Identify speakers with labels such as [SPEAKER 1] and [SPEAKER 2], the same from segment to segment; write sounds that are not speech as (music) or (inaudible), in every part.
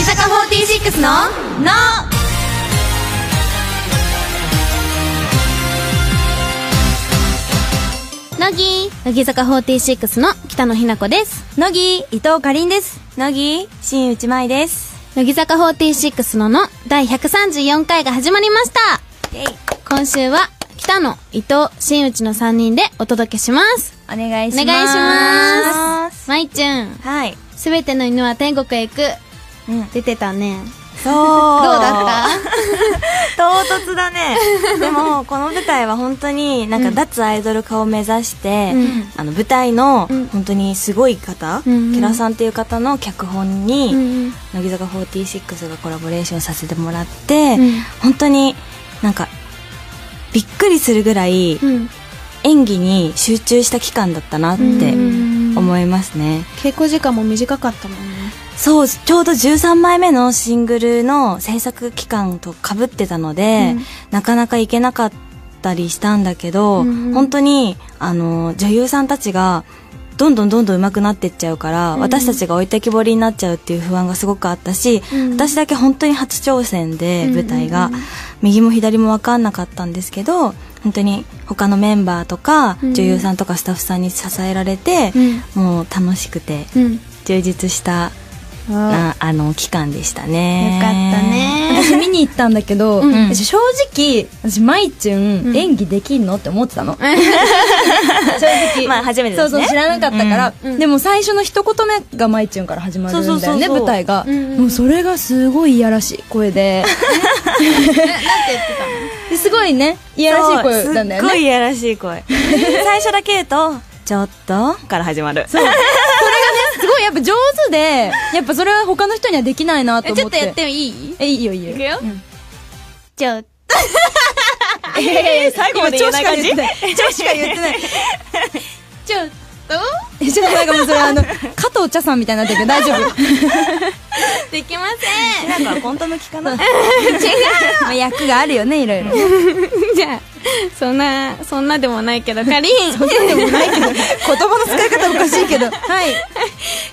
[SPEAKER 1] ックスの「の」
[SPEAKER 2] 乃木乃木坂46の北野日向子です
[SPEAKER 1] 乃木伊藤かりんです乃木新内舞です
[SPEAKER 2] 乃木坂46のの第134回が始まりました
[SPEAKER 1] イェイ
[SPEAKER 2] 今週は北野伊藤新内の3人でお届けします
[SPEAKER 1] お願い
[SPEAKER 2] お
[SPEAKER 1] します
[SPEAKER 2] 願いしますまいちゅん
[SPEAKER 1] はい
[SPEAKER 2] すべての犬は天国へ行く
[SPEAKER 1] うん
[SPEAKER 2] 出てたね
[SPEAKER 1] そ
[SPEAKER 2] ど
[SPEAKER 1] う
[SPEAKER 2] うだっ
[SPEAKER 1] 唐突
[SPEAKER 2] (laughs)
[SPEAKER 1] だねでもこの舞台は本当になんか脱アイドル化を目指して、
[SPEAKER 2] うん
[SPEAKER 1] あの舞台の
[SPEAKER 2] うん
[SPEAKER 1] 本当にすごい方、
[SPEAKER 2] うんうん
[SPEAKER 1] ケラさんっていう方の脚本
[SPEAKER 2] た
[SPEAKER 1] に、
[SPEAKER 2] うん
[SPEAKER 1] 乃木坂46がコラボレーションさせてもらって、
[SPEAKER 2] うん
[SPEAKER 1] 本当になんかびっくりするぐらい
[SPEAKER 2] うん
[SPEAKER 1] 演技に集中した期間だったなって
[SPEAKER 2] うん
[SPEAKER 1] 思いますね、
[SPEAKER 2] 稽古時間も短かったもんね
[SPEAKER 1] そうちょうど13枚目のシングルの制作期間とかぶってたので、
[SPEAKER 2] うん
[SPEAKER 1] なかなか行けなかったりしたんだけど、
[SPEAKER 2] うんうん
[SPEAKER 1] 本当にあの女優さんたちがどんどんどんどん上手くなってっちゃうから、
[SPEAKER 2] うん
[SPEAKER 1] 私たちが置いてきぼりになっちゃうっていう不安がすごくあったし、
[SPEAKER 2] うん
[SPEAKER 1] 私だけ本当に初挑戦で
[SPEAKER 2] うん
[SPEAKER 1] 舞台が、
[SPEAKER 2] うんうん
[SPEAKER 1] 右も左も分かんなかったんですけど本当に他のメンバーとか、
[SPEAKER 2] うん
[SPEAKER 1] 女優さんとかスタッフさんに支えられて、もう楽しくて
[SPEAKER 2] うんよ
[SPEAKER 1] 充実した
[SPEAKER 3] あ
[SPEAKER 1] なあの期間でしたね
[SPEAKER 2] かったね
[SPEAKER 3] 私見に行ったんだけど、
[SPEAKER 2] ん
[SPEAKER 3] 私正直私まいちゅ
[SPEAKER 2] うんん
[SPEAKER 3] 演技できんのって思ってたの、正直
[SPEAKER 1] まあ初めてですね
[SPEAKER 3] そうそう知らなかったから、
[SPEAKER 2] うんうん
[SPEAKER 3] でも最初の一言目がまいちゅんから始まるんだよね
[SPEAKER 1] そうそうそうそう
[SPEAKER 3] 舞台が、
[SPEAKER 2] うんうん
[SPEAKER 3] もうそれがすごいいやらしい声でですごいねいやらしい声なんだよ
[SPEAKER 1] そうすっごい
[SPEAKER 3] ね
[SPEAKER 1] いやらしい声最初だけ言うと「ちょっと」から始ま (laughs) るそう
[SPEAKER 3] (laughs) すごいやっぱ上手でやっぱそれは他の人にはできないなと
[SPEAKER 2] え
[SPEAKER 3] 思っ
[SPEAKER 2] ち
[SPEAKER 3] て
[SPEAKER 2] ょっとやってもいい
[SPEAKER 3] えいいよいいよ
[SPEAKER 2] いく
[SPEAKER 3] (laughs)
[SPEAKER 2] よちょっと
[SPEAKER 3] え
[SPEAKER 1] 最後まで言えない感じ (laughs)
[SPEAKER 3] 調子が言ってない
[SPEAKER 2] ちょっと
[SPEAKER 3] えちょっとなんかもうそれあの加藤茶さんみたいになってるけど大丈夫
[SPEAKER 2] できません
[SPEAKER 1] なんかコント向きかな
[SPEAKER 3] まあ役があるよねいろいろ
[SPEAKER 2] (laughs) じゃあそんなそんなでもない (laughs) けどかりん
[SPEAKER 3] 言葉の使い方おかしいけどはい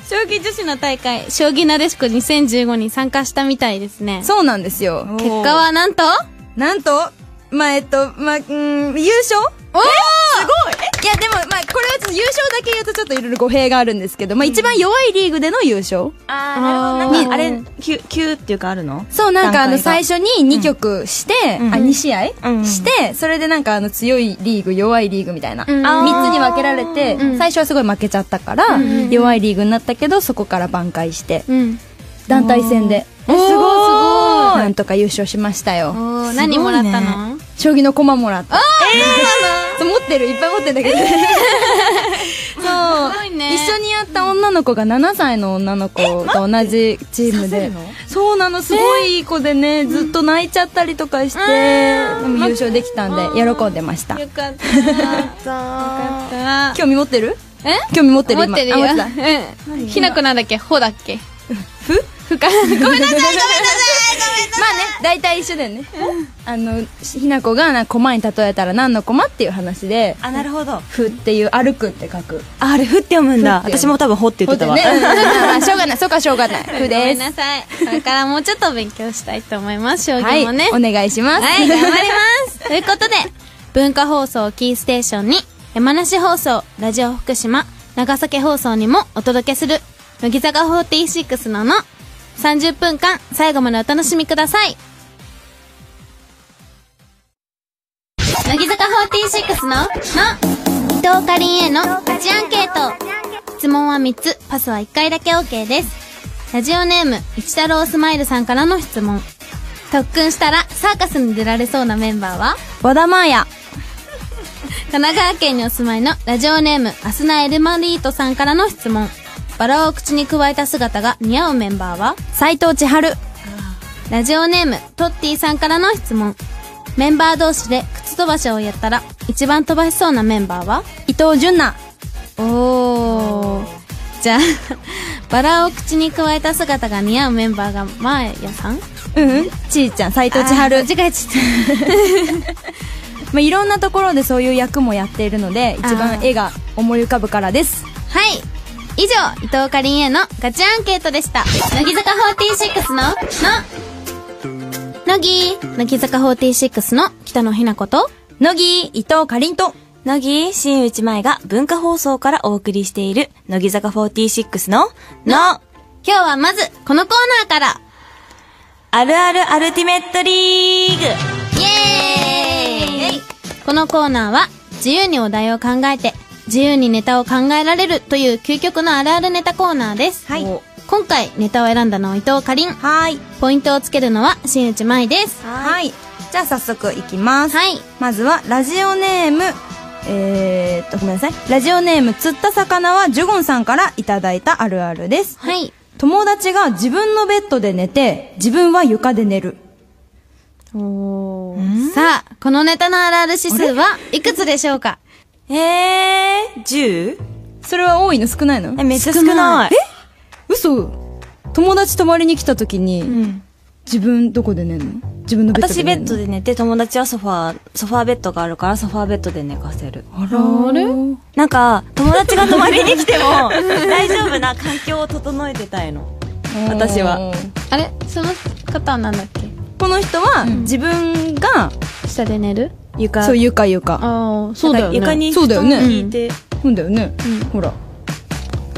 [SPEAKER 2] 将棋女子の大会将棋なでしこ2015に参加したみたいですね
[SPEAKER 3] そうなんですよ
[SPEAKER 1] お
[SPEAKER 2] 結果はなんとお
[SPEAKER 3] なんとまあえっとまあうん優勝
[SPEAKER 2] おー
[SPEAKER 3] いやでもまあこれはちょっと優勝だけ言うとちょっといろいろ語弊があるんですけどまあ一番弱いリーグでの優勝
[SPEAKER 1] あ
[SPEAKER 2] ーなるほどね
[SPEAKER 1] あれ 9, 9っていうかあるの
[SPEAKER 3] そうなんかあ
[SPEAKER 1] 段
[SPEAKER 3] の
[SPEAKER 1] 階
[SPEAKER 3] 最
[SPEAKER 1] が
[SPEAKER 3] 初に2曲して
[SPEAKER 1] うん
[SPEAKER 3] あ2試合
[SPEAKER 1] うん
[SPEAKER 3] してそれでなんかあの強いリーグ弱いリーグみたいな
[SPEAKER 2] うん
[SPEAKER 3] 3つに分けられて
[SPEAKER 2] うん
[SPEAKER 3] 最初はすごい負けちゃったから
[SPEAKER 2] うん
[SPEAKER 3] 弱いリーグになったけどそこから挽回して
[SPEAKER 2] うん
[SPEAKER 3] 団体戦で
[SPEAKER 2] おーすごいすごい
[SPEAKER 3] なんとか優勝しました
[SPEAKER 2] お
[SPEAKER 3] よ
[SPEAKER 2] ー何もらったの、
[SPEAKER 3] 将棋の駒もらった (laughs) そう持ってるいっぱい持ってんだけ
[SPEAKER 2] (laughs)
[SPEAKER 3] どそう
[SPEAKER 2] すごいね
[SPEAKER 3] 一緒にやった女の子が7歳の女の子と同じチームでそうなのすごいいい子でねずっと泣いちゃったりとかしてでも優勝できたんで喜んでまし
[SPEAKER 2] (laughs)
[SPEAKER 3] た
[SPEAKER 2] よかったよかった
[SPEAKER 3] 興味持ってる
[SPEAKER 2] え
[SPEAKER 3] 興味持ってる
[SPEAKER 2] 持
[SPEAKER 3] 今
[SPEAKER 2] ってるよ
[SPEAKER 3] あ持って
[SPEAKER 2] うんひなこなんだっけほだっけふふかごめんなさいごめんなさ
[SPEAKER 3] たまあね大体一緒だよねあのひなこがな駒に例えたら何の駒っていう話で
[SPEAKER 1] あなるほど
[SPEAKER 3] 「ふ」っていう「歩く」って書く
[SPEAKER 1] ああれ「ふ」って読むんだ
[SPEAKER 3] ふって読
[SPEAKER 1] 私
[SPEAKER 3] む
[SPEAKER 1] も多分「ほ」って言ってたわ、
[SPEAKER 3] ね、
[SPEAKER 1] (laughs)
[SPEAKER 3] まあしょうがないそうかしょうがない
[SPEAKER 2] い
[SPEAKER 3] 「ふ」
[SPEAKER 2] ごめ
[SPEAKER 3] で
[SPEAKER 2] ん
[SPEAKER 3] す
[SPEAKER 2] なさいこれからもうちょっと勉強したいと思います将
[SPEAKER 3] はい
[SPEAKER 2] 棋もね、
[SPEAKER 3] お願いします
[SPEAKER 2] はい、頑張ります。 (laughs) ということで、文化放送をキーステーションに、山梨放送、ラジオ福島、長崎放送にもお届けする、乃木坂46のの、30分間、最後までお楽しみください。乃木坂46の、の、伊藤かりんへのガチアンケート。質問は3つ、パスは1回だけ OK です。ラジオネーム、一太郎スマイルさんからの質問。特訓したらサーカスに出られそうなメンバーは
[SPEAKER 3] 和田真也
[SPEAKER 2] 神奈川県にお住まいのラジオネームアスナエルマリートさんからの質問バラを口にくわえた姿が似合うメンバーは
[SPEAKER 3] 斎藤千春
[SPEAKER 2] ラジオネームトッティさんからの質問メンバー同士で靴飛ばしをやったら一番飛ばしそうなメンバーは
[SPEAKER 3] 伊藤純奈
[SPEAKER 2] おーじゃあ (laughs) バラを口にくわえた姿が似合うメンバーがマーヤさん
[SPEAKER 3] うんちいちゃん斎藤千春
[SPEAKER 2] あー間違えちゃった
[SPEAKER 3] (laughs) まあ、いろんなところでそういう役もやっているので一
[SPEAKER 2] あ
[SPEAKER 3] 番
[SPEAKER 2] ー
[SPEAKER 3] 絵が思い浮かぶからです
[SPEAKER 2] はい。以上、伊藤かりんへのガチアンケートでした。乃木坂46の、の、乃木乃木坂46の北野日な子と、
[SPEAKER 3] 乃木、伊藤かりんと、
[SPEAKER 1] 乃木新内前が文化放送からお送りしている乃木坂46のの
[SPEAKER 2] 今日はまず、このコーナーから、
[SPEAKER 1] あるあるアルティメットリーグ
[SPEAKER 2] イエーイこのコーナーは、自由にお題を考えて、自由にネタを考えられるという究極のあるあるネタコーナーです。
[SPEAKER 1] はい
[SPEAKER 3] お
[SPEAKER 2] 今回、ネタを選んだのは伊藤かりん。
[SPEAKER 3] はい。
[SPEAKER 2] ポイントをつけるのは、新内舞です。
[SPEAKER 3] はい。じゃあ早速いきます。
[SPEAKER 2] はい。
[SPEAKER 3] まずは、ラジオネーム、えーっと、ごめんなさい。ラジオネーム、釣った魚はジュゴンさんからいただいたあるあるです。
[SPEAKER 2] はい。
[SPEAKER 3] 友達が自分のベッドで寝て、自分は床で寝る。
[SPEAKER 2] さあ、このネタのあるある指数はいくつでしょうか
[SPEAKER 1] えー、10?
[SPEAKER 3] それは多いの少ないの
[SPEAKER 1] えめっちゃ少ない
[SPEAKER 3] え嘘友達泊まりに来た時に、自分どこで寝るの自分のベッド
[SPEAKER 1] 私
[SPEAKER 3] で
[SPEAKER 1] ベ
[SPEAKER 3] 寝る
[SPEAKER 1] ッ
[SPEAKER 3] の
[SPEAKER 1] ドで寝て友達はソファーソファーベッドがあるからソファーベッドで寝かせる
[SPEAKER 3] あらー
[SPEAKER 1] なんか友達が泊まりに来ても大丈夫な環境を整えてたいの私は
[SPEAKER 2] あれその方はなんだっけ
[SPEAKER 3] この人は、自分が
[SPEAKER 2] 下で寝る
[SPEAKER 1] 床
[SPEAKER 3] そう床床
[SPEAKER 2] ああ、そうだよね。
[SPEAKER 1] 床に
[SPEAKER 3] そうだよね
[SPEAKER 1] 布団敷いて、
[SPEAKER 3] うんだよね、ほら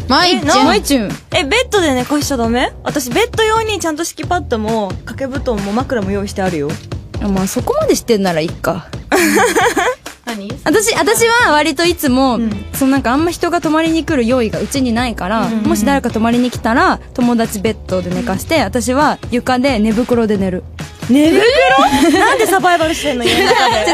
[SPEAKER 2] 毎日。
[SPEAKER 3] マイチュン
[SPEAKER 1] えベッドで寝かしちゃダメ私ベッド用にちゃんと敷きパッドも掛け布団も枕も用意してあるよ
[SPEAKER 3] あまあそこまでしてんならいいか
[SPEAKER 2] 何
[SPEAKER 3] 私、私は割といつも、そのなんかあんま人が泊まりに来る用意がうちにないから、もし誰か泊まりに来たら、友達ベッドで寝かして、私は床で寝袋で寝る。
[SPEAKER 1] 寝袋、なんでサバイバルしてんの家の中
[SPEAKER 3] (laughs)
[SPEAKER 1] で
[SPEAKER 3] ない、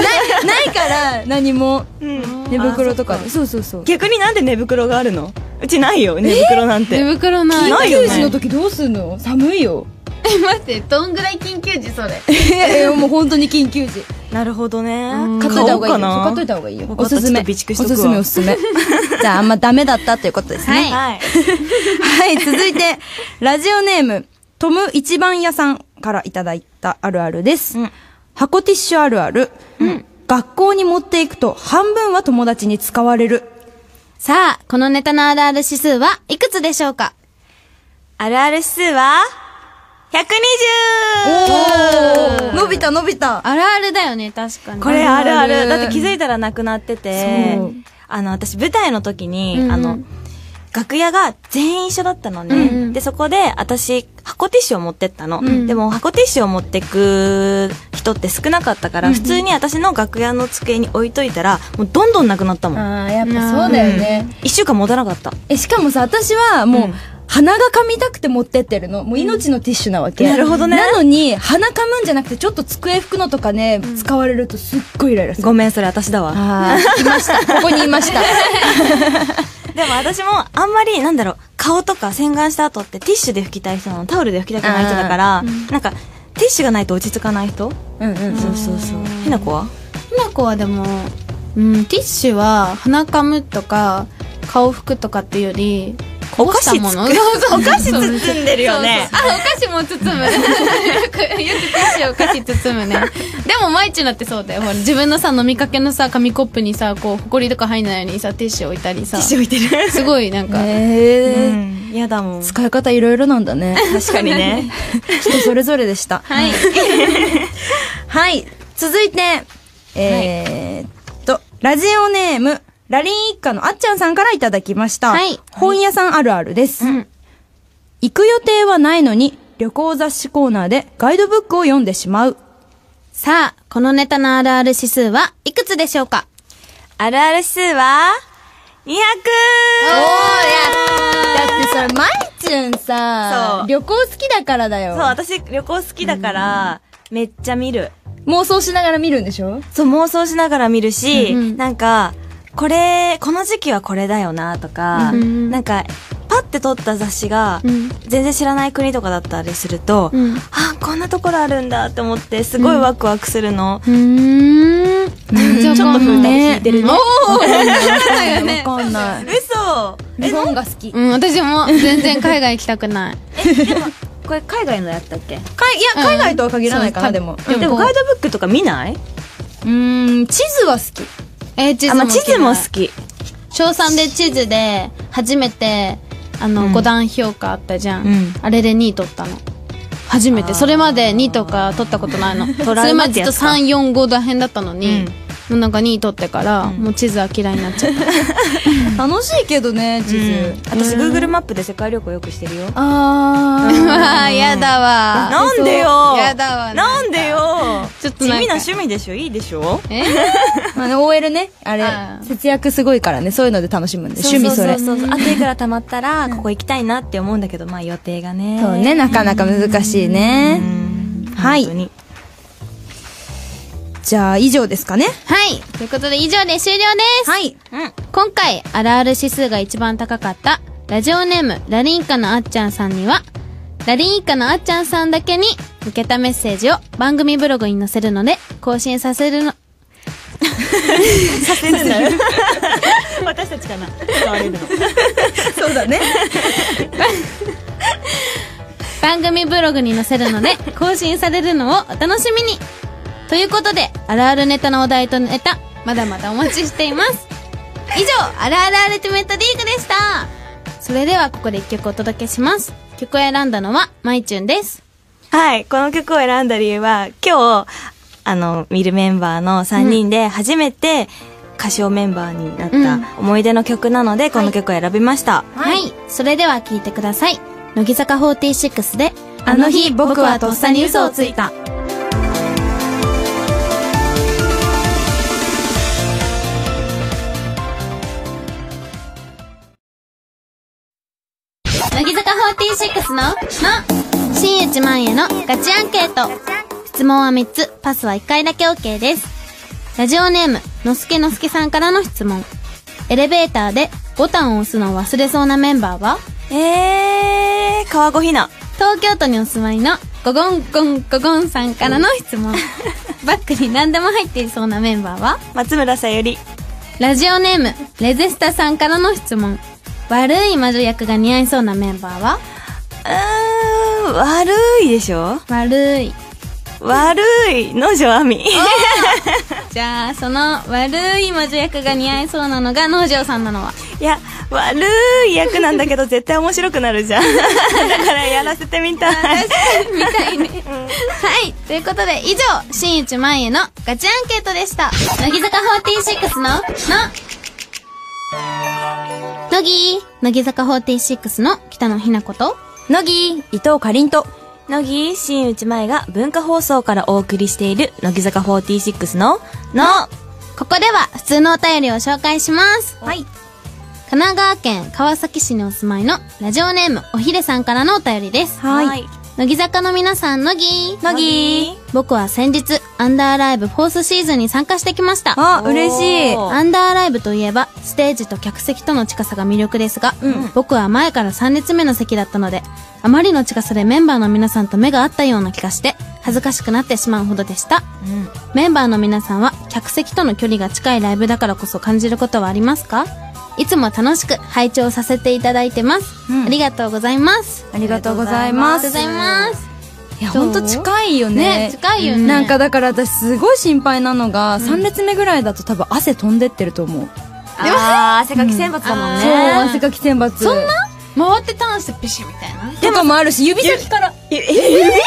[SPEAKER 3] ないから、何 (laughs) も。
[SPEAKER 1] うん
[SPEAKER 3] 寝袋とかで。そうそうそう。
[SPEAKER 1] 逆になんで寝袋があるのうちないよ寝袋なんて、
[SPEAKER 2] 寝袋ない。
[SPEAKER 1] ないよ
[SPEAKER 3] 緊
[SPEAKER 1] ね
[SPEAKER 3] 急時の時どうすんの寒いよ。
[SPEAKER 2] え、待って、どんぐらい緊急時それ。
[SPEAKER 3] え、もう本当に緊急時。
[SPEAKER 1] なるほどね
[SPEAKER 3] 買っといた方がいいよ。そう買っとい
[SPEAKER 1] い
[SPEAKER 3] た方がいいよ。
[SPEAKER 1] わか
[SPEAKER 3] お
[SPEAKER 1] った
[SPEAKER 3] すすめ。
[SPEAKER 1] ちょっと備蓄し
[SPEAKER 3] お
[SPEAKER 1] とくわ
[SPEAKER 3] すすめおすすめ。 (laughs) じゃああんまダメだったということですね。
[SPEAKER 2] はい
[SPEAKER 1] はい
[SPEAKER 3] はい、続いて、ラジオネーム、トム一番屋さんからいただいたあるあるです。箱ティッシュあるある。学校に持っていくと半分は友達に使われる。
[SPEAKER 2] さあ、このネタのあるある指数はいくつでしょうか
[SPEAKER 1] あるある指数は、120!
[SPEAKER 3] お伸びた伸びた。
[SPEAKER 2] あるあるだよね、確かに。
[SPEAKER 1] これあるあ
[SPEAKER 3] あ
[SPEAKER 1] る。
[SPEAKER 3] るあ
[SPEAKER 1] だ
[SPEAKER 3] る
[SPEAKER 1] って気づいたらなくなってて
[SPEAKER 3] そう、
[SPEAKER 1] あの、私舞台の時に、
[SPEAKER 2] うんうん
[SPEAKER 1] あの、楽屋が全員一緒だったのね。
[SPEAKER 2] うんうん
[SPEAKER 1] で、そこで、私、箱ティッシュを持ってったの。
[SPEAKER 2] ん
[SPEAKER 1] でも、箱ティッシュを持ってく人って少なかったから、普通に私の楽屋の机に置いといたら、もうどんどんなくなったもん。
[SPEAKER 3] あー、やっ
[SPEAKER 2] ぱ
[SPEAKER 3] ぱ
[SPEAKER 2] そ
[SPEAKER 3] そうう
[SPEAKER 2] だ
[SPEAKER 3] だ
[SPEAKER 1] よ
[SPEAKER 3] よ
[SPEAKER 1] ね
[SPEAKER 3] ね。
[SPEAKER 1] 一週間持たなかった。
[SPEAKER 3] え、しかもさ、私はもう、
[SPEAKER 1] うん
[SPEAKER 3] 鼻が噛みたくて持ってってるの。もう命のティッシュなわけ。
[SPEAKER 1] なるほどね
[SPEAKER 3] なのに、鼻噛むんじゃなくて、ちょっと机拭くのとかね、使われるとすっごいイライラする。
[SPEAKER 1] ごめん、それ私だわ。
[SPEAKER 3] ああ、いま (laughs) した。ここにいました。
[SPEAKER 1] でも私もあんまりなんだろう顔とか洗顔した後ってティッシュで拭きたい人なのタオルで拭きたくない人だからなんかティッシュがないと落ち着かない人
[SPEAKER 3] うんうん。
[SPEAKER 1] そうそうそうひなこは
[SPEAKER 2] ひな子はでも、うん、ティッシュは鼻かむとか、顔拭くとかっていうより、こぼしたもの。
[SPEAKER 1] お菓子
[SPEAKER 2] そう (laughs) そう
[SPEAKER 1] お菓子包んでるよね
[SPEAKER 2] そうそうあ、お菓子も包む。よく、よくティッシュお菓子包むね。でも、毎日なってそうだよ。ほら、自分のさ、飲みかけのさ、紙コップにさ、こう、ほこりとか入んないようにさ、ティッシュ置いたりさ、
[SPEAKER 1] ティッシュ置いてる
[SPEAKER 2] すごい、なんか、
[SPEAKER 3] ええ。
[SPEAKER 1] 嫌だもん
[SPEAKER 3] 使い方いろいろなんだ (laughs) ね。
[SPEAKER 1] 確かにね
[SPEAKER 3] 人それぞれでした。
[SPEAKER 2] はい。
[SPEAKER 3] (laughs) はい。続いて、えーっと、ラジオネーム、ラリン一家のあっちゃんさんからいただきました。
[SPEAKER 2] はい
[SPEAKER 3] 本屋さんあるあるです。行く予定はないのに、旅行雑誌コーナーでガイドブックを読んでしまう。
[SPEAKER 2] さあ、このネタのあるある指数はいくつでしょうか
[SPEAKER 1] あるある指数は200
[SPEAKER 3] ってそれ、まいちゅん
[SPEAKER 1] そう
[SPEAKER 3] 旅行好きだからだ
[SPEAKER 1] そう。私旅行好きだからめっちゃ見る
[SPEAKER 3] 妄想しながら見るんでしょ
[SPEAKER 1] そう妄想しながら見るし、
[SPEAKER 2] うんうん
[SPEAKER 1] なんかこれこの時期はこれだよなとか、
[SPEAKER 2] うんうん
[SPEAKER 1] なんかパッて撮った雑誌が、
[SPEAKER 2] うん
[SPEAKER 1] 全然知らない国とかだったりすると、
[SPEAKER 2] うん
[SPEAKER 1] あこんなところあるんだって思ってすごいワクワクするの、
[SPEAKER 2] うーん。ちょっ
[SPEAKER 1] ちょっとフータル引いてるね、
[SPEAKER 2] おーよね
[SPEAKER 3] わかんない。
[SPEAKER 1] 嘘
[SPEAKER 3] 日本が好き。
[SPEAKER 2] うん、私も全然海外行きたくない。
[SPEAKER 1] これ海外のやったっけ
[SPEAKER 3] 海いや、海外とは限らないか
[SPEAKER 2] う
[SPEAKER 3] な、
[SPEAKER 2] ん
[SPEAKER 3] でも。
[SPEAKER 2] うん
[SPEAKER 1] でもガイドブックとか見ないう
[SPEAKER 3] ーん、地図は好き。
[SPEAKER 2] (laughs) えー、地
[SPEAKER 1] あ、
[SPEAKER 2] 図
[SPEAKER 1] ま
[SPEAKER 2] も
[SPEAKER 1] あ、
[SPEAKER 2] 好きだ
[SPEAKER 1] 地図も好き
[SPEAKER 2] 小3で地図で初めて、あの、
[SPEAKER 1] うん
[SPEAKER 2] 5段評価あったじゃん。
[SPEAKER 1] うん
[SPEAKER 2] あれで2位取ったの。初めてそれまで2とか取ったことないのそ
[SPEAKER 1] トラ
[SPEAKER 2] れ
[SPEAKER 1] ウマ
[SPEAKER 2] ま
[SPEAKER 1] って
[SPEAKER 2] でちょ
[SPEAKER 1] や
[SPEAKER 2] っと
[SPEAKER 1] つか
[SPEAKER 2] 345らへんだったのに、
[SPEAKER 1] うん
[SPEAKER 2] もうなんか2取ってから、もう地図は嫌いになっちゃった
[SPEAKER 3] 楽しいけどね、地図。
[SPEAKER 1] 私 Google マップで世界旅行よくしてるよ
[SPEAKER 3] あ (laughs)
[SPEAKER 2] うわーやだ (laughs) わ
[SPEAKER 1] なんでよ
[SPEAKER 2] やだわ
[SPEAKER 1] なんでよ
[SPEAKER 2] ちょっと
[SPEAKER 1] 地味
[SPEAKER 2] なんか
[SPEAKER 1] な趣味でしょいいでしょ
[SPEAKER 2] え
[SPEAKER 3] まあね、OL ね、あ
[SPEAKER 2] あ
[SPEAKER 3] れ、
[SPEAKER 2] ー
[SPEAKER 3] 節約すごいからね、そういうので楽しむんで、趣味それ。
[SPEAKER 1] うううあといくら貯まったらここ行きたいなって思うんだけどまあ予定がね
[SPEAKER 3] そうね、なかなか難しいね。はい
[SPEAKER 1] 本当に
[SPEAKER 3] じゃあ、以上ですかね。
[SPEAKER 2] はいということで以上で終了です
[SPEAKER 3] はい。
[SPEAKER 1] うん
[SPEAKER 2] 今回、あるある指数が一番高かった、ラジオネーム、ラリンカのあっちゃんさんには、ラリン以下のあっちゃんさんだけに、受けたメッセージを番組ブログに載せるので、更新させるの、
[SPEAKER 1] させる
[SPEAKER 2] (laughs)
[SPEAKER 1] んだよ私たちかな悪いの
[SPEAKER 3] そうだね。
[SPEAKER 2] 番組ブログに載せるので、更新されるのをお楽しみにということで、あるあるネタのお題とネタ、まだまだお待ちしています。以上、あるあるアルティメットリーグでしたそれではここで一曲お届けします。曲を選んだのは、まいちゅんです。
[SPEAKER 1] はい、この曲を選んだ理由は、今日、あの、見るメンバーの3人で初めて歌唱メンバーになった思い出の曲なので、この曲を選びました。
[SPEAKER 2] はい、それでは聴いてください。乃木坂46で、
[SPEAKER 1] あの日僕はとっさに嘘をついた。
[SPEAKER 2] 乃木坂46の、の、新内万へのガチアンケート。質問は3つ、パスは1回だけ OK です。ラジオネーム、のすけのすけさんからの質問。エレベーターでボタンを押すのを忘れそうなメンバーは
[SPEAKER 1] えー、川越ひな。
[SPEAKER 2] 東京都にお住まいのゴゴンゴンゴゴンさんからの質問。バッグに何でも入っていそうなメンバーは
[SPEAKER 1] 松村さゆり。
[SPEAKER 2] ラジオネーム、レゼスタさんからの質問。悪い魔女役が似合いそうなメンバーは
[SPEAKER 1] うーん、悪いでしょ
[SPEAKER 2] 悪い。
[SPEAKER 1] 悪 (laughs) い、野女亜美。
[SPEAKER 2] じゃあ、その悪い魔女役が似合いそうなのが農場さんなのは。
[SPEAKER 1] いや、悪い役なんだけど、絶対面白くなるじゃん。だからやらせてみたい。
[SPEAKER 2] みたいね。はい。ということで、以上、新内万へのガチアンケートでした。乃木坂46の、の、乃木乃木坂46の北野ひなこと、
[SPEAKER 3] 乃木、伊藤かりんと。
[SPEAKER 1] 乃木新内前が文化放送からお送りしている乃木坂46のの
[SPEAKER 2] ここでは普通のお便りを紹介します。
[SPEAKER 3] はい。
[SPEAKER 2] 神奈川県川崎市にお住まいのラジオネームおひれさんからのお便りです。
[SPEAKER 1] はい
[SPEAKER 2] 乃木坂の皆さん、乃木
[SPEAKER 1] 乃木
[SPEAKER 2] 僕は先日、アンダーライブフォースシーズンに参加してきました。
[SPEAKER 3] あ、
[SPEAKER 1] おー
[SPEAKER 3] 嬉しい。
[SPEAKER 2] アンダーライブといえば、ステージと客席との近さが魅力ですが、僕は前から3列目の席だったので、あまりの近さでメンバーの皆さんと目が合ったような気がして、恥ずかしくなってしまうほどでした。メンバーの皆さんは、客席との距離が近いライブだからこそ感じることはありますかいつも楽しく拝聴させていただいてます。ありがとうございます。
[SPEAKER 3] ありがとうござい
[SPEAKER 2] あ
[SPEAKER 3] ま
[SPEAKER 2] りがと
[SPEAKER 3] す。
[SPEAKER 2] うございます。
[SPEAKER 3] いや、ほんと近いよね。
[SPEAKER 2] ね近いよね
[SPEAKER 3] なんかだから私すごい心配なのが、3列目ぐらいだと多分汗飛んでってると思う。
[SPEAKER 1] あー汗かき選抜だもん
[SPEAKER 3] そう、
[SPEAKER 1] ね
[SPEAKER 3] 汗かき選抜。そんな
[SPEAKER 2] 回ってターンしてピシみたいな。
[SPEAKER 3] とかもあるし、指先から。
[SPEAKER 1] ええ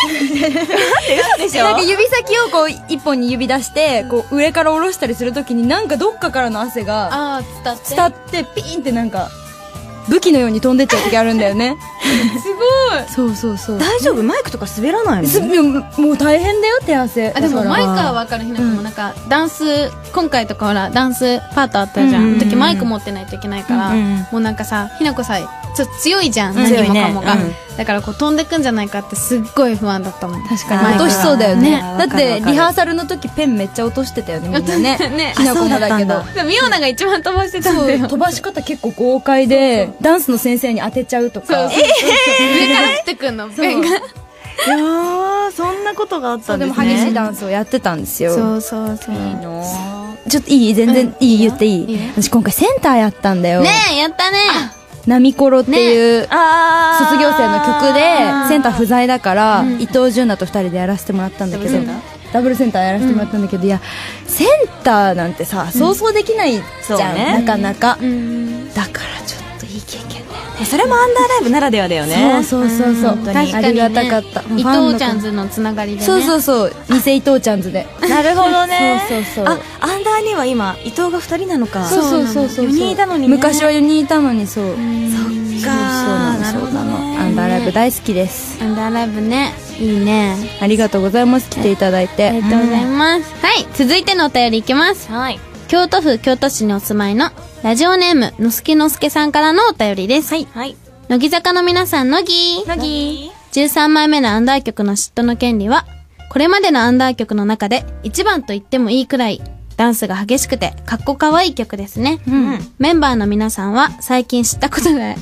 [SPEAKER 1] 嘘でしょ
[SPEAKER 3] なんか指先をこう、一本に指出して、こう、上から下ろしたりするときに、なんかどっかからの汗
[SPEAKER 2] あ
[SPEAKER 3] が、
[SPEAKER 2] あ、伝って
[SPEAKER 3] 伝って、ピーンってなんか、武器のように飛んでっちゃうときあるんだよ
[SPEAKER 2] (laughs)
[SPEAKER 3] ね。すごい。そうそうそう。
[SPEAKER 1] 大丈夫マイクとか滑らないの
[SPEAKER 3] すもうもう大変だよ、手汗。
[SPEAKER 2] あでも
[SPEAKER 3] だから
[SPEAKER 2] マイクは分かる日なもなんかダンス今回とかほらダンスパートあったじゃ、
[SPEAKER 1] うんんうんうん
[SPEAKER 2] あの時マイク持ってないといけないから、
[SPEAKER 1] うんうん
[SPEAKER 2] もうなんかさひなこさちょっと強いじゃん、
[SPEAKER 1] うん
[SPEAKER 2] 何もかもが、
[SPEAKER 1] 強いね
[SPEAKER 2] だからこう飛んでくんじゃないかってすっごい不安だったもん
[SPEAKER 3] 確
[SPEAKER 1] マ
[SPEAKER 3] か
[SPEAKER 1] イク
[SPEAKER 3] に落
[SPEAKER 1] は
[SPEAKER 3] としそうだよね
[SPEAKER 1] ね
[SPEAKER 3] だってリハーサルの時ペンめっちゃ落としてたよねみんなね
[SPEAKER 2] (laughs) ね
[SPEAKER 3] きなこもだけど
[SPEAKER 1] あそ
[SPEAKER 2] でもミオナが一番飛ばしてたん
[SPEAKER 3] そ
[SPEAKER 2] だ
[SPEAKER 3] う
[SPEAKER 2] よ
[SPEAKER 3] 飛ばし方結構豪快でダンスの先生に当てちゃうと
[SPEAKER 2] そう
[SPEAKER 3] か
[SPEAKER 2] そう上から降ってくんのペンが
[SPEAKER 1] いやーそんなことがあったん
[SPEAKER 3] で
[SPEAKER 1] です
[SPEAKER 3] も
[SPEAKER 1] ね
[SPEAKER 3] 激しいダンスをやってたんですよ
[SPEAKER 2] そうそうそう
[SPEAKER 3] いいのちょっといい全然いい言っていい私今回センターやったんだよ
[SPEAKER 2] ねえやったね
[SPEAKER 3] 「ナミコロ」っていう
[SPEAKER 1] あー
[SPEAKER 3] 卒業生の曲でセンター不在だから
[SPEAKER 2] うん
[SPEAKER 3] 伊藤純奈と二人でやらせてもらったんだけ
[SPEAKER 2] ダブ
[SPEAKER 3] ど
[SPEAKER 2] ルセンター
[SPEAKER 3] ダブルセンターやらせてもらったんだけどいやセンターなんてさそうそうできないじ
[SPEAKER 1] そう
[SPEAKER 3] ゃん
[SPEAKER 1] ね
[SPEAKER 3] なかなか
[SPEAKER 2] うん
[SPEAKER 3] だからちょっといい経験だよ
[SPEAKER 1] えそれもアンダーライブならではだよね。
[SPEAKER 3] そうそうそうそう、
[SPEAKER 1] 本当に
[SPEAKER 3] 確かにねありがたかった
[SPEAKER 2] 伊藤ちゃんズのつながりでね
[SPEAKER 3] そうそううそう偽伊藤ちゃんズで。
[SPEAKER 1] なるほどね
[SPEAKER 3] そうそうそ
[SPEAKER 1] あ、
[SPEAKER 3] う
[SPEAKER 1] アンダーには今、伊藤が二人なのか。
[SPEAKER 3] そうそうそうそう
[SPEAKER 1] 四人いたのにね
[SPEAKER 3] 昔は4人いたのにそう
[SPEAKER 1] そっ
[SPEAKER 3] そうな
[SPEAKER 1] か。
[SPEAKER 3] の
[SPEAKER 1] なる
[SPEAKER 3] そ
[SPEAKER 1] ほ
[SPEAKER 3] う
[SPEAKER 1] ど
[SPEAKER 3] なの
[SPEAKER 1] ね。
[SPEAKER 3] アンダーライブ大好きです
[SPEAKER 2] アンダーライブねいいね
[SPEAKER 3] ありがとうございます来ていただいて
[SPEAKER 2] ありがとうございます、はい続いてのお便りいきます
[SPEAKER 1] はい。
[SPEAKER 2] 京都府京都市にお住まいのラジオネームのすけのすけさんからのお便りです、はい、
[SPEAKER 1] はい。
[SPEAKER 2] 乃木坂の皆さん乃木
[SPEAKER 1] 乃木。
[SPEAKER 2] 13枚目のアンダー曲の嫉妬の権利は、これまでのアンダー曲の中で一番と言ってもいいくらい、ダンスが激しくて、かっこかわいい曲ですね。
[SPEAKER 1] ん
[SPEAKER 2] メンバーの皆さんは最近知ったことが、 (laughs)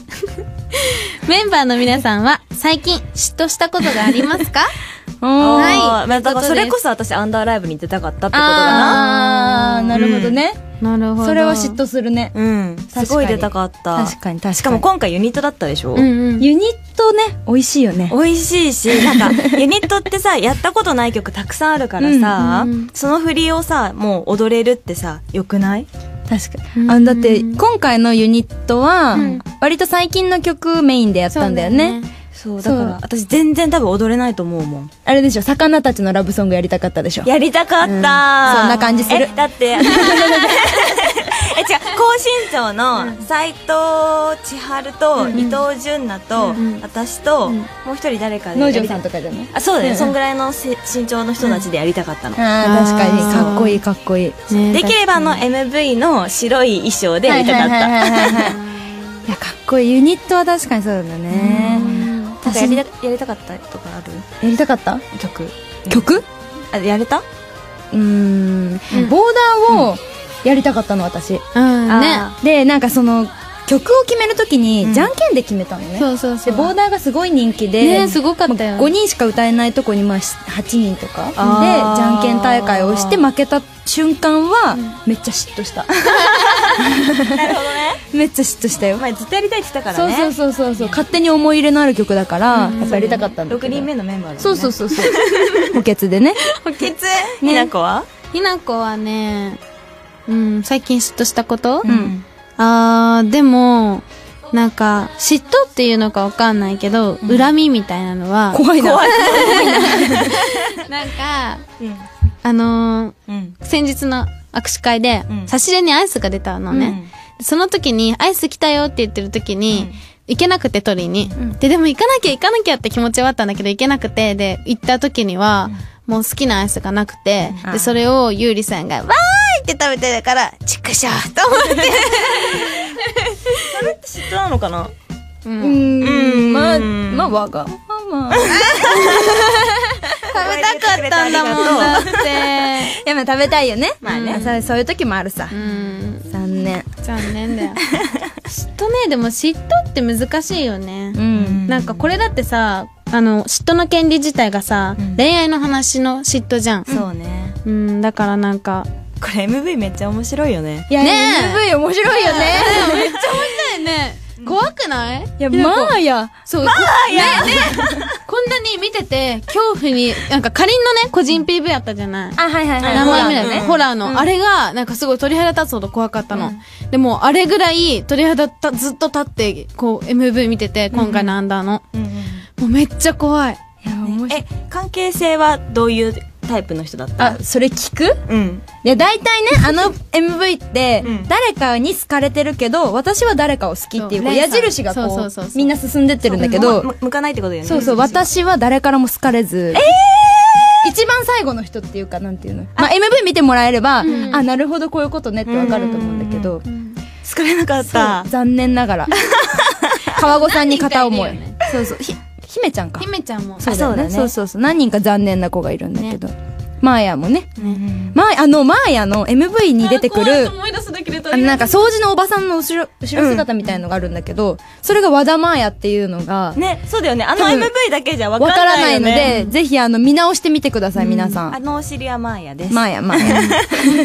[SPEAKER 2] メンバーの皆さんは最近嫉妬したことがありますか
[SPEAKER 3] お
[SPEAKER 1] お
[SPEAKER 3] ー
[SPEAKER 2] はい
[SPEAKER 1] ーまあだからそれこそ私アンダーライブに出たかったってことだな。
[SPEAKER 3] あーなるほどね、
[SPEAKER 2] (laughs) なるほど。
[SPEAKER 3] それは嫉。妬するね、
[SPEAKER 1] うん。すごい出たかった。
[SPEAKER 3] 確かに確かに
[SPEAKER 1] しかも今回ユニットだったでしょ
[SPEAKER 2] うんうん。
[SPEAKER 3] ユニットね美味しいよね
[SPEAKER 1] 美味しいし、 (laughs) なんか、ユニットってさ、やったことない曲たくさんあるからさ、
[SPEAKER 2] うんうんうん
[SPEAKER 1] その振りをさ、もう踊れるってさ、よくない
[SPEAKER 3] 確か
[SPEAKER 2] う
[SPEAKER 3] に
[SPEAKER 2] ん
[SPEAKER 3] あだって今回のユニットは
[SPEAKER 2] ん
[SPEAKER 3] 割と最近の曲メインでやったんだよね
[SPEAKER 2] そうだよ
[SPEAKER 1] そう、だ
[SPEAKER 3] そう
[SPEAKER 1] から、私全然多分踊れないと思うもん。
[SPEAKER 3] あれでしょ魚たちのラブソングやりたかったでしょ
[SPEAKER 1] やりたかった、そん
[SPEAKER 3] な感じする
[SPEAKER 1] だ (laughs) って、え、違う、高身長の斎藤千春と伊藤純奈と、私と、もう一人誰かでや
[SPEAKER 3] 農
[SPEAKER 1] りた。
[SPEAKER 3] 場さんとかじゃない
[SPEAKER 1] あ、そうだよ、そんぐらいのせ身長の人たちでやりたかったの。
[SPEAKER 3] あー確かに
[SPEAKER 2] あー
[SPEAKER 3] かっこいいかっこいい
[SPEAKER 2] ね
[SPEAKER 1] できればあの MV の白い衣装でやりたかった。
[SPEAKER 3] いやかっこいいユニットは確かにそうだね
[SPEAKER 1] なんか
[SPEAKER 3] 私や
[SPEAKER 1] やりたやりたかったとかある
[SPEAKER 3] りたかった
[SPEAKER 1] 曲
[SPEAKER 3] 曲
[SPEAKER 1] あやれた
[SPEAKER 3] うーんボーダーをやりたかったの私
[SPEAKER 2] うん、ね。
[SPEAKER 1] あ
[SPEAKER 3] でなんかその曲を決めるとき
[SPEAKER 1] う
[SPEAKER 3] に
[SPEAKER 1] ん
[SPEAKER 3] じゃんけんで決めたのね
[SPEAKER 2] そうそうそ
[SPEAKER 3] で
[SPEAKER 2] う。
[SPEAKER 3] ボーダーがすごい人気で、
[SPEAKER 2] ねすごかったよね
[SPEAKER 3] 5人しか歌えないとこにまあし8人とかでじ
[SPEAKER 1] あー
[SPEAKER 3] ゃんけん大会をして負けた瞬間はめっちゃ嫉妬した、 (laughs)
[SPEAKER 1] なるほどね
[SPEAKER 3] めっちゃ嫉妬したよ、
[SPEAKER 1] 前ずっとやりたいって言ってたか
[SPEAKER 3] そ
[SPEAKER 1] ら
[SPEAKER 3] う
[SPEAKER 1] ね
[SPEAKER 3] そうそうそうそう勝手に思い入れのある曲だから、やっぱやりたかったんだけ
[SPEAKER 1] 6
[SPEAKER 3] ど
[SPEAKER 1] 人目のメンバーだもんね
[SPEAKER 3] そうそうそうそう補欠でね
[SPEAKER 1] きついひなこは
[SPEAKER 2] (laughs) ひなこはね、うん、最近嫉妬したことうんあー、でも、なんか、嫉妬っていうのかわかんないけど、恨みみたいなのは、
[SPEAKER 3] 怖いな
[SPEAKER 1] 怖い
[SPEAKER 2] なんか、
[SPEAKER 1] うん
[SPEAKER 2] あの
[SPEAKER 1] うん
[SPEAKER 2] ー、先日の握手会で、
[SPEAKER 1] うん
[SPEAKER 2] 差し入れにアイスが出たのね。その時に、アイス来たよって言ってる時に、行けなくて取りに、で、でも行かなきゃ行かなきゃって気持ちはあったんだけど、行けなくて、で、行った時には、もう好きなアイスがなくて、
[SPEAKER 3] あ
[SPEAKER 2] で、それをゆうりさんが、わーいって食べてたから、ちくしょうと思って。
[SPEAKER 1] 嫉妬なのかな
[SPEAKER 3] うーんまあまあわがままい
[SPEAKER 2] 食べたかったんだもんだって。
[SPEAKER 3] (laughs) やまあ食べたいよね
[SPEAKER 1] まあね
[SPEAKER 3] うんそうそういう時もあるさ、
[SPEAKER 2] うん。
[SPEAKER 3] 残念
[SPEAKER 2] 残念だよ。嫉妬ね、でも嫉妬って難しいよね
[SPEAKER 3] う。ん
[SPEAKER 2] なんかこれだってさ、あの、嫉妬の権利自体がさ、恋愛の話の嫉妬じゃん。
[SPEAKER 1] そうね
[SPEAKER 2] うん、だからなんか、
[SPEAKER 1] これ MV めっちゃ面白いよね
[SPEAKER 3] いや、
[SPEAKER 2] ねえ
[SPEAKER 3] MV 面白いよね
[SPEAKER 2] めっちゃ面白いね。怖く (laughs) ない
[SPEAKER 3] いや、まあや。
[SPEAKER 2] そう。まあやねねこんなに見てて、恐怖に、なんかかりんのね、個人 PV あったじゃない。
[SPEAKER 3] あ、はいはいは
[SPEAKER 2] 名前みたいなね。
[SPEAKER 1] うん
[SPEAKER 2] ホラーの。あれが、なんかすごい鳥肌立つほど怖かったの。でも、あれぐらい鳥肌たずっと立って、こう、MV 見てて、今回のアンダーの。もうめっちゃ怖い。
[SPEAKER 3] いや、面白い。
[SPEAKER 1] え関係性はどういうタイプの人だった
[SPEAKER 3] あ、それ聞く
[SPEAKER 1] うん
[SPEAKER 3] いや、大 (laughs) 体ね、あの MV って
[SPEAKER 1] うん、
[SPEAKER 3] 誰かに好かれてるけど、私は誰かを好きっていう、
[SPEAKER 2] そ
[SPEAKER 3] こ
[SPEAKER 2] う
[SPEAKER 3] う矢印がこ
[SPEAKER 2] そうそう
[SPEAKER 3] う
[SPEAKER 2] そうそう、
[SPEAKER 3] みんな進んでってるんだけど、
[SPEAKER 1] む向かないってことよね
[SPEAKER 3] そうそう、私は誰からも好かれず。一番最後の人っていうか、なんていうの。まあ、MV 見てもらえれば、あ、なるほど、こういうことねってわかると思うんだけど、
[SPEAKER 1] 作れなかった
[SPEAKER 3] 残念なが (laughs) ら。川越さんに片思
[SPEAKER 2] 何
[SPEAKER 3] い
[SPEAKER 2] 人かいるよ。
[SPEAKER 3] そうそう、ひ、姫ちゃんか。
[SPEAKER 2] 姫ちゃんも。
[SPEAKER 3] そうだよね
[SPEAKER 1] あそうだね
[SPEAKER 3] そうそうそう何人か残念な子がいるんだけど、マーヤもね、
[SPEAKER 1] うん
[SPEAKER 3] マーヤあのマーヤの MV に出てくる
[SPEAKER 2] 思い出すだけで
[SPEAKER 3] あのなんか掃除のおばさんの後ろ後ろ姿みたいのがあるんだけど、それが和田マーヤっていうのが
[SPEAKER 1] ねそうだよねあの
[SPEAKER 3] 多分
[SPEAKER 1] MV だけじゃわ
[SPEAKER 3] わか
[SPEAKER 1] からら
[SPEAKER 3] な
[SPEAKER 1] ない
[SPEAKER 3] い
[SPEAKER 1] よ
[SPEAKER 3] の
[SPEAKER 1] ね
[SPEAKER 3] で、ぜひあの見直してみてください、皆さ
[SPEAKER 1] あ
[SPEAKER 3] ん
[SPEAKER 1] のお尻はマーヤです
[SPEAKER 3] マーヤマーヤ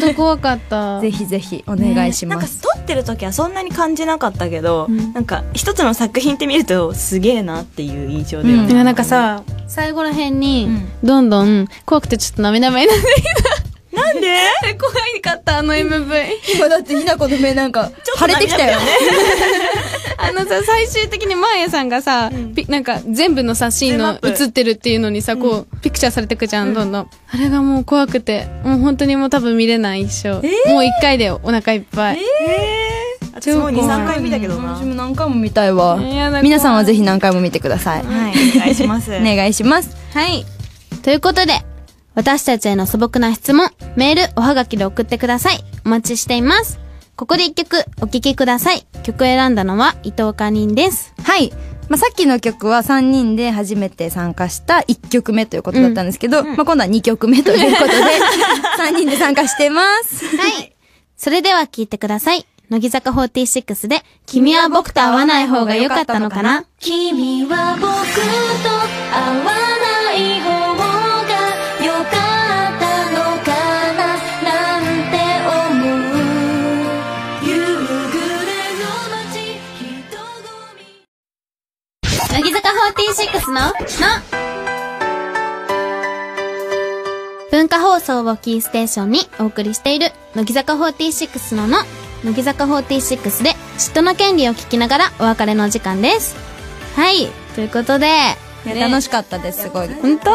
[SPEAKER 2] 本当怖かった。
[SPEAKER 3] (laughs) ぜひぜひお願いし
[SPEAKER 1] なん
[SPEAKER 3] ま
[SPEAKER 1] か
[SPEAKER 3] す、
[SPEAKER 1] 撮ってる時はそんなに感じなかったけど、なんか一つの作品って見るとすげえなっていう印象だよね、
[SPEAKER 3] うん
[SPEAKER 2] いやなんかさ、最後ら辺に、どんどん怖くてちょっと涙目になってき
[SPEAKER 1] なんで
[SPEAKER 2] て、 (laughs) 怖かった、あの MV。
[SPEAKER 3] 今だってひなこの目なんか
[SPEAKER 1] ちょっと
[SPEAKER 3] 腫れてきたよ
[SPEAKER 1] 涙目だ
[SPEAKER 2] あのさ、最終的にマーヤさんがさ、ピなんか全部のさ、シーン
[SPEAKER 1] ズーム
[SPEAKER 2] の
[SPEAKER 1] アップ
[SPEAKER 2] 映ってるっていうのにさ、こう、ピクチャーされてくじゃん、どんどん。あれがもう怖くて、もう本当にもう多分見れない一生。もう一回でお腹いっぱい。
[SPEAKER 1] 私も
[SPEAKER 2] 超怖
[SPEAKER 1] う
[SPEAKER 2] い
[SPEAKER 1] 23回見たけどな
[SPEAKER 3] 私
[SPEAKER 1] はい
[SPEAKER 3] も何回も見たいわ
[SPEAKER 2] いやだ
[SPEAKER 3] 皆さんはぜひ何回も見てくださ
[SPEAKER 1] (laughs)
[SPEAKER 3] い、
[SPEAKER 1] お願いします
[SPEAKER 3] お願いします
[SPEAKER 4] はい。ということで、私たちへの素朴な質問、メール、おはがきで送ってください。お待ちしています。ここで一曲お聴きください。曲選んだのは伊藤かりんです。
[SPEAKER 3] はい。まあ、さっきの曲は3人で初めて参加した1曲目ということだったんですけど、まあ、今度は2曲目ということで、3人で参加してます。
[SPEAKER 4] はい。それでは聴いてください。乃木坂46で、君は僕と会わない方が良かったのかな
[SPEAKER 5] 君は僕と会わない方が良かったのかななんて思う夕暮れの街人混み
[SPEAKER 4] 乃木坂46の、の文化放送をキーステーションにお送りしている、乃木坂46のの、乃木坂46で、嫉妬の権利を聞きながらお別れの時間です。はい、ということで、
[SPEAKER 3] いや楽しかったです、すごい。
[SPEAKER 4] 本当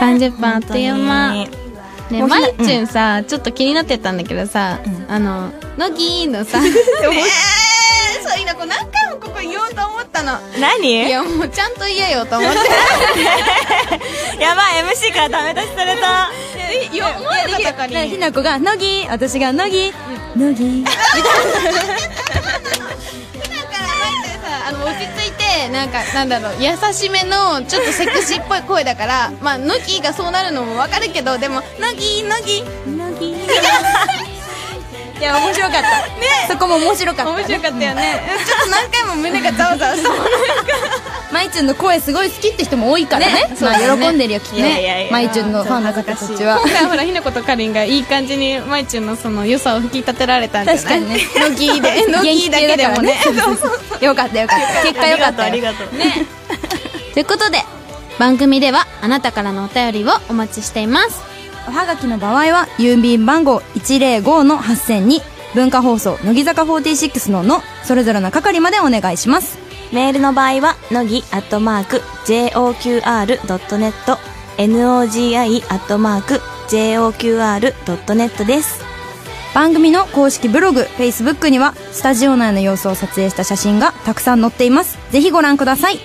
[SPEAKER 4] 30分あっという間。
[SPEAKER 1] 本当に
[SPEAKER 2] ね、まっちゅんさ、ちょっと気になってたんだけどさ、あの、のぎーの (laughs) さ、ねえそういうのこう何回もここ言おうと思ったの。
[SPEAKER 1] 何
[SPEAKER 2] いや、もうちゃんと言えよと思って。
[SPEAKER 1] やばい MC からダメ出しされた
[SPEAKER 2] いや、思えばたか
[SPEAKER 3] ひなこが、のぎ私が、のぎのぎ
[SPEAKER 2] あの落ち着いてなんかなんだろう優しめのちょっとセクシーっぽい声だから (laughs) まあ乃木がそうなるのもわかるけどでも乃木乃木 (laughs)
[SPEAKER 3] いや、面白かった。そこも面白かった。
[SPEAKER 2] 面白かったよねちょっと何回も胸がざわざわしたもの
[SPEAKER 3] まいちゅんの声すごい好きって人も多いからね。まあ、喜んでるよ、きっと
[SPEAKER 1] いやいやい
[SPEAKER 3] ね。
[SPEAKER 1] や
[SPEAKER 3] まいちゅんのファンの方たちは。
[SPEAKER 2] 今回 (laughs) ほらひなことかりんがいい感じにまいちゅんのその良さを引き立てられたんじゃない
[SPEAKER 3] 確かにね。
[SPEAKER 2] (laughs) 乃木
[SPEAKER 3] (laughs)
[SPEAKER 2] で乃木だけでもね
[SPEAKER 3] 元気系だからね。 (laughs) そうそうよかったよかった。結果よかった
[SPEAKER 1] あり
[SPEAKER 3] よ。
[SPEAKER 1] がとうありがとう
[SPEAKER 4] ということで、番組ではあなたからのお便りをお待ちしています。
[SPEAKER 3] おはがきの場合は郵便番号105-8000に文化放送乃木坂46ののそれぞれの係までお願いします
[SPEAKER 1] メールの場合は、のぎアットマーク、joqr.net、nogi アットマーク、joqr.net です。
[SPEAKER 3] 番組の公式ブログ Facebook にはスタジオ内の様子を撮影した写真がたくさん載っていますぜひご覧ください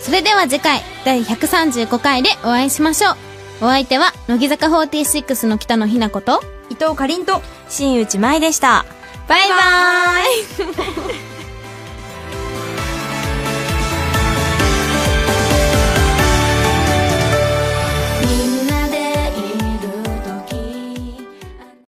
[SPEAKER 4] それでは次回第135回でお会いしましょう。お相手は乃木坂46の北野日な子と
[SPEAKER 3] 伊藤かりんと
[SPEAKER 1] 新内舞でした。
[SPEAKER 4] バイバーイ